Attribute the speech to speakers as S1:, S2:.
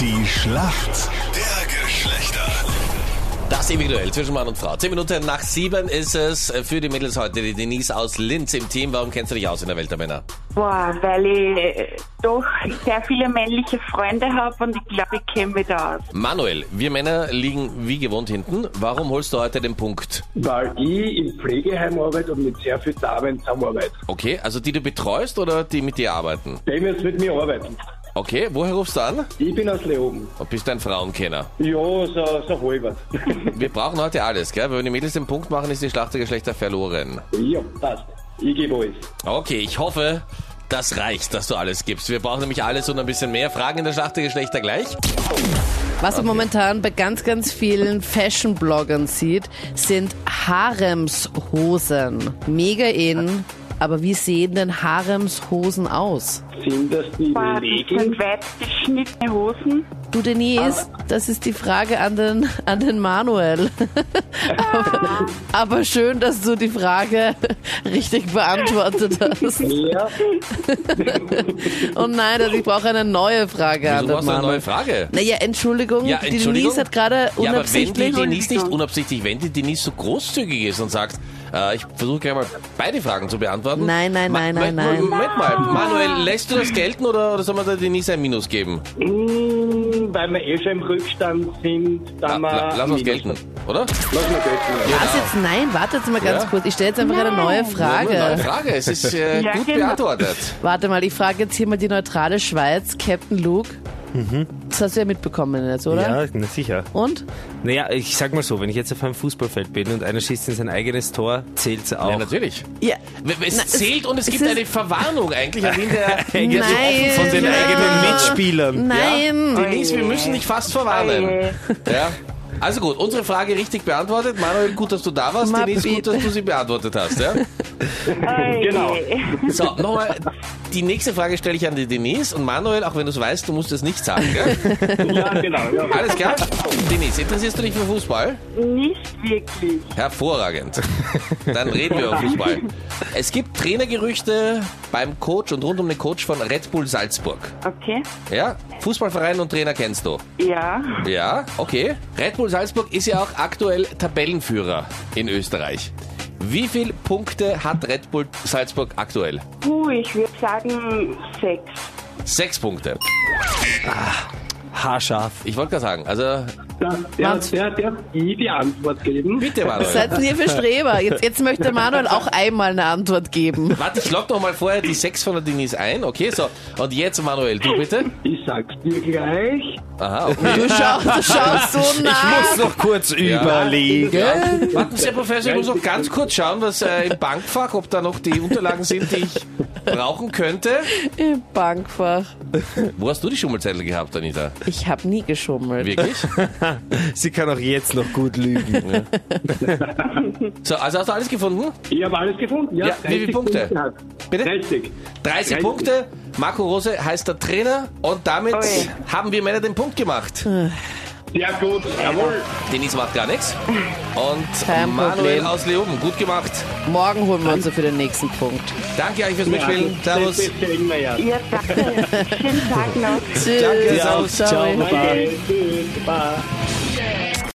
S1: Die Schlacht der Geschlechter.
S2: Das ewige Duell zwischen Mann und Frau. Zehn Minuten nach sieben ist es für die Mädels heute die Denise aus Linz im Team. Warum kennst du dich aus in der Welt der Männer?
S3: Boah, weil ich äh, doch sehr viele männliche Freunde habe und ich glaube, ich kenne mich da aus.
S2: Manuel, wir Männer liegen wie gewohnt hinten. Warum holst du heute den Punkt?
S4: Weil ich im Pflegeheim arbeite und mit sehr vielen Damen zusammenarbeite.
S2: Okay, also die du betreust oder die mit dir arbeiten?
S4: Die müssen mit mir arbeiten.
S2: Okay, woher rufst du an?
S4: Ich bin aus Leoben.
S2: Du bist ein Frauenkenner.
S4: Ja, so, so halbert.
S2: Wir brauchen heute alles, gell? Weil Wenn die Mädels den Punkt machen, ist die Schlacht der Geschlechter verloren.
S4: ja, passt. Ich gebe alles.
S2: Okay, ich hoffe, das reicht, dass du alles gibst. Wir brauchen nämlich alles und ein bisschen mehr. Fragen in der Schlacht der Geschlechter gleich.
S5: Was man momentan bei ganz, ganz vielen Fashion-Bloggern sieht, sind Haremshosen. Mega in. Aber wie sehen denn Haremshosen aus?
S4: Sind das die
S3: Boah, das
S4: Leggings?
S3: sind weit geschnittene Hosen.
S5: Du, Denise, das ist die Frage an den, an den Manuel. aber, aber schön, dass du die Frage richtig beantwortet hast.
S4: Ja,
S5: Und nein, also ich brauche eine neue Frage an
S2: Du
S5: den
S2: brauchst eine neue
S5: Manuel.
S2: Frage.
S5: Naja, Entschuldigung,
S2: Ja,
S5: die
S2: Entschuldigung.
S5: Denise hat gerade
S2: Ja, aber wenn die
S5: unabsichtlich...
S2: Denise nicht unabsichtlich, wenn die Denise so großzügig ist und sagt, äh, ich versuche gleich mal beide Fragen zu beantworten.
S5: Nein, nein, nein, nein,
S2: Moment,
S5: nein.
S2: Moment mal, Manuel, lässt du das gelten oder, oder soll man der Denise ein Minus geben?
S4: mh, weil wir eh schon im Rückstand sind.
S2: La,
S4: Dann
S2: la,
S4: wir
S2: lass uns gelten, oder?
S4: Lass mal gelten.
S5: Was jetzt? Nein, warte jetzt mal ganz
S2: Ja.
S5: kurz. Ich stelle jetzt einfach eine neue
S2: Ja,
S5: Frage.
S2: neue Frage, es ist äh,
S3: Ja,
S2: gut
S3: genau.
S2: beantwortet.
S5: Warte mal, ich frage jetzt hier mal die neutrale Schweiz, Captain Luke. Das hast du ja mitbekommen jetzt, oder?
S6: Mhm. Ja, na sicher.
S5: Und?
S6: Naja, ich sag mal so, wenn ich jetzt auf einem Fußballfeld bin und einer schießt in sein eigenes Tor, zählt's auch.
S2: Ja, natürlich.
S5: Ja.
S2: W- Es
S5: Na, es-
S2: zählt und es,
S5: es
S2: gibt
S5: ist-
S2: eine Verwarnung eigentlich an den der
S6: Hängt ja so
S5: Nein.
S6: offen von den
S5: Ja.
S6: eigenen Mitspielern.
S5: Nein!
S2: Denise, wir müssen dich fast verwarnen.
S3: Äh,
S2: Ja. Also gut, unsere Frage richtig beantwortet. Manuel, gut, dass du da warst.
S5: Ma
S2: Denise, gut,
S5: bitte.
S2: dass du sie beantwortet hast. Ja?
S3: äh,
S4: Genau.
S2: So, nochmal. Die nächste Frage stelle ich an die Denise. Und Manuel, auch wenn du es weißt, du musst es nicht sagen. Gell?
S4: Ja, genau. Ja.
S2: Alles klar? Denise, interessierst du dich für Fußball?
S3: Nicht wirklich.
S2: Hervorragend. Dann reden wir über Fußball. Es gibt Trainergerüchte beim Coach und rund um den Coach von Red Bull Salzburg.
S3: Okay.
S2: Ja? Fußballverein und Trainer kennst du.
S3: Ja.
S2: Ja, okay. Red Bull Salzburg ist ja auch aktuell Tabellenführer in Österreich. Wie viele Punkte hat Red Bull Salzburg aktuell?
S3: Puh, ich würde sagen sechs.
S2: Sechs Punkte.
S6: Haarscharf.
S2: Ich wollte gerade sagen, also
S4: Der, der, der, der hat ich die Antwort gegeben.
S2: bitte
S5: Was
S2: Manuel.
S5: seid denn ihr für Streber? Jetzt, jetzt möchte Manuel auch einmal eine Antwort geben.
S2: Warte, ich lock noch mal vorher die sechs von der Denise ein. Okay, so. Und jetzt Manuel, du bitte.
S4: Ich sag's dir gleich.
S2: Aha, okay.
S5: Du schaust, du schaust so nah.
S6: Muss noch kurz überlegen.
S2: Ja. Warten Sie, Herr Professor, ich muss noch ganz kurz schauen, was äh, im Bankfach, ob da noch die Unterlagen sind, die ich brauchen könnte.
S5: Im Bankfach.
S2: Wo hast du die Schummelzettel gehabt, Anita?
S5: Ich habe nie geschummelt.
S2: Wirklich?
S6: Sie kann auch jetzt noch gut lügen.
S2: So, also hast du alles gefunden?
S4: Ich habe alles gefunden. Ja,
S2: Ja, wie viele
S4: 30
S2: Punkte?
S4: hat.
S2: Bitte?
S4: 30.
S2: 30
S4: 30.
S2: Punkte. Marco Rose heißt der Trainer und damit
S5: Oh
S3: Ui.
S2: haben wir Männer den Punkt gemacht.
S4: Sehr gut. Jawohl.
S2: Denise macht gar nichts. Und
S5: Kein
S2: Manuel
S5: Problem.
S2: aus Leoben, gut gemacht.
S5: Morgen holen wir uns ja für den nächsten Punkt.
S2: Danke euch fürs Mitspielen.
S4: Das
S2: Servus.
S4: sehen wir ja.
S3: Ja, danke. Schönen Tag noch.
S5: Tschüss.
S2: Danke, servus.
S5: Ciao.
S4: Bye. Bye.